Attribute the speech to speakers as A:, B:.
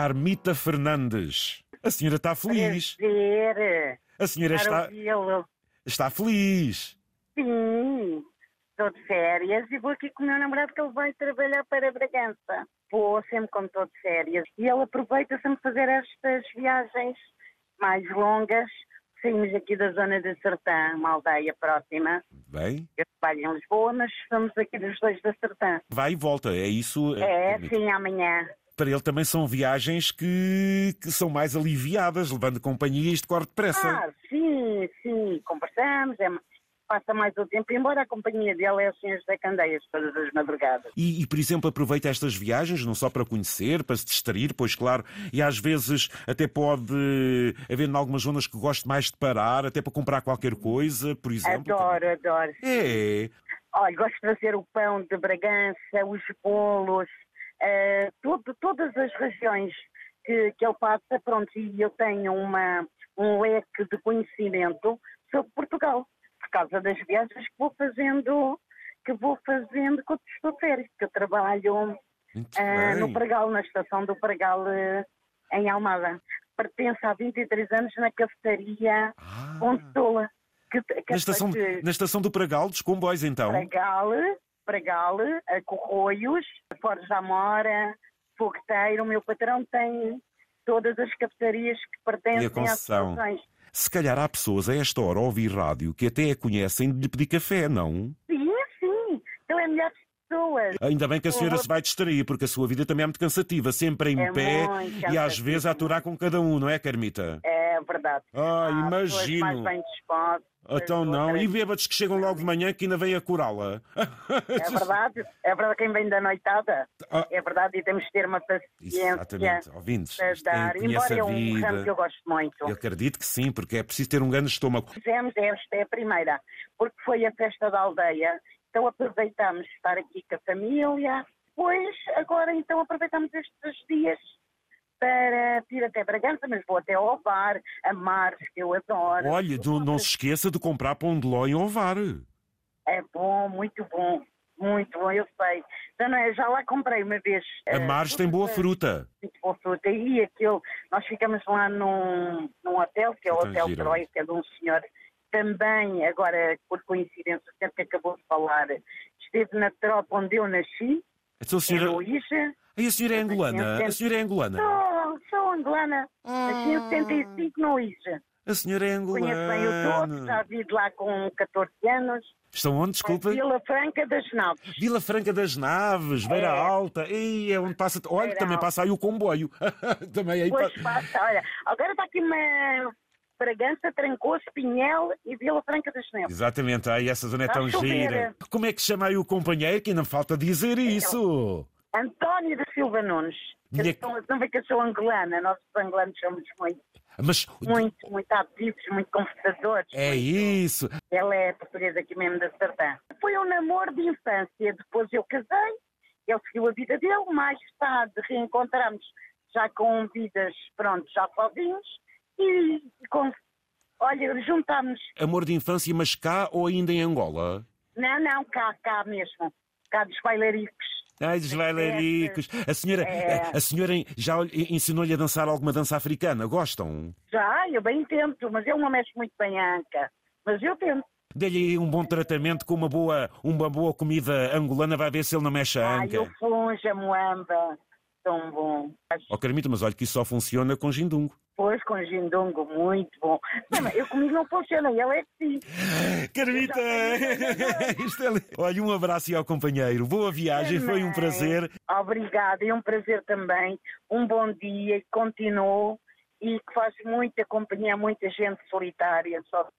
A: Carmita Fernandes. A senhora está feliz.
B: Prazer. eh,
A: A senhora
B: Para
A: está,
B: ouvi-lo.
A: está feliz.
B: Sim. Estou de férias e vou aqui com o meu namorado que ele vai trabalhar para Bragança. Vou sempre quando estou de férias. E ele aproveita sempre a fazer estas viagens mais longas. Saímos aqui da zona de Sertã, uma aldeia próxima.
A: Bem,
B: Eu trabalho em Lisboa, mas estamos aqui dos dois da Sertã.
A: vai e volta. É isso.
B: É,
A: Carmita.
B: sim, amanhã.
A: Para ele também são viagens que, que são mais aliviadas, levando companhia isto corre depressa.
B: Ah, sim, sim, conversamos, é, passa mais o tempo, embora a companhia dela é as senhores da Candeias todas as madrugadas.
A: E, e, por exemplo, aproveita estas viagens não só para conhecer, para se distrair, pois claro, e às vezes até pode haver em algumas zonas que goste mais de parar, até para comprar qualquer coisa, por exemplo.
B: Adoro, adoro.
A: É,
B: Olha, gosto de fazer o pão de Bragança, os bolos, eh, todo- todas as regiões que, que ele passa, pronto, e eu tenho uma, um leque de conhecimento sobre Portugal, por causa das viagens que vou fazendo, que vou fazendo quando estou de férias, que eu trabalho
A: muito
B: Ah, no
A: bem.
B: Pregal, na estação do Pregal, eh, em Almada. Pertenço há 23 anos na cafetaria
A: Ah,
B: Onsola. Que, que é
A: na, estação,
B: que-
A: na estação do Pragal, dos comboios então.
B: Pregal, Pregal, a Corroios, a Forja Amora, Fogueteiro. O meu patrão tem todas as cafetarias que
A: E
B: pertencem
A: a
B: às
A: concessão?
B: estações.
A: Se calhar há pessoas a esta hora a ouvir rádio que até a conhecem de lhe pedir café, não?
B: Sim, sim. Então é melhor pessoas.
A: Ainda bem que a senhora se vai distrair, porque a sua vida também é muito cansativa, sempre em
B: Uhum. É
A: pé
B: muito
A: e às vezes a
B: cansativa.
A: aturar com cada um, não é, Carmita?
B: É verdade.
A: Ah,
B: Há pessoas mais
A: imagino.
B: bem dispostas,
A: Então não,
B: outras-
A: e bêbados que chegam logo de manhã que ainda vem a curá-la.
B: É verdade, é verdade quem vem da noitada.
A: Ah.
B: É verdade, e temos de ter uma paciência
A: Exatamente, ouvintes.
B: para
A: isto Quem
B: dar,
A: conhece
B: embora é
A: a
B: um ramo que eu
A: vida.
B: gosto muito.
A: Eu acredito que sim, porque é preciso ter um grande estômago.
B: Fizemos esta é a primeira, porque foi a festa da aldeia, então aproveitamos estar aqui com a família, pois agora então aproveitamos estes dias para ir até Bragança, mas vou até ao bar, a Mares, que eu adoro.
A: Olha, não, não se esqueça de comprar pão de ló em Ovar.
B: É bom, muito bom, muito bom, eu sei. Então, não é, já lá comprei uma vez.
A: A
B: eh,
A: Mares tem boa fruta.
B: muito bom fruto. E aquilo, nós ficamos lá num, num hotel, que é o
A: Então,
B: Hotel
A: gira.
B: Troika, de um senhor também, agora por coincidência, sempre que acabou de falar, esteve na tropa onde eu nasci,
A: Então, a
B: em
A: senhora...
B: Luís.
A: Ai, a senhora é angolana? A senhora é angolana?
B: Sou, sou angolana, nasci em 75 no Luís.
A: A senhora é
B: Conheço bem o todo, já
A: angolana.
B: vivo lá com 14 anos,
A: Estão onde,
B: em
A: desculpa?
B: Vila Franca das Naves.
A: Vila Franca das Naves, Beira
B: É.
A: Alta. Ei, é onde passa... Olha,
B: Beira
A: também
B: Alta.
A: passa aí o comboio. também aí...
B: Depois
A: pa-
B: passa, olha, agora está aqui uma Bragança, Trancoso, Pinhel e Vila Franca das Neves.
A: Exatamente, ai, essa zona é
B: Está
A: tão
B: a chover.
A: gira. Como é que se chama aí o companheiro? Que ainda me falta dizer
B: Então.
A: isso.
B: António da Silva Nunes. Que
A: Minha-
B: são- Não vê que eu sou angolana, nós os angolanos somos muito,
A: Mas
B: muito, muito ativos, muito conversadores.
A: é isso.
B: Ela é portuguesa aqui mesmo da Sardã. Foi um namoro de infância, depois eu casei, ele seguiu a vida dele, mais tarde reencontramos já com vidas, pronto, já sozinhos, e com, olha, juntámos,
A: Amor de infância, mas cá ou ainda em Angola?
B: não, não, cá, cá mesmo, cá dos bailaricos.
A: Ai, os bailaricos. A senhora,
B: É.
A: a senhora já ensinou-lhe a dançar alguma dança africana? Gostam?
B: Já, eu bem tento, mas eu não mexo muito bem a anca, mas eu tento.
A: Dê-lhe aí um bom tratamento com uma boa, uma boa comida angolana, vai ver se ele não mexe a
B: Ai, eu
A: anca.
B: funjo, a moamba, tão bom. Mas
A: Ó, Oh, Carmita, mas olha que isso só funciona com gindungo.
B: Depois com gindongo, muito bom. Não, mas eu comigo não funciona, ele é que sim.
A: Carmita! Isto é li- Olha, um abraço e ao companheiro. Boa viagem, foi um
B: Também.
A: prazer.
B: Obrigada, é um prazer também. Um bom dia, e continuo. E que faz muita companhia a muita gente solitária, só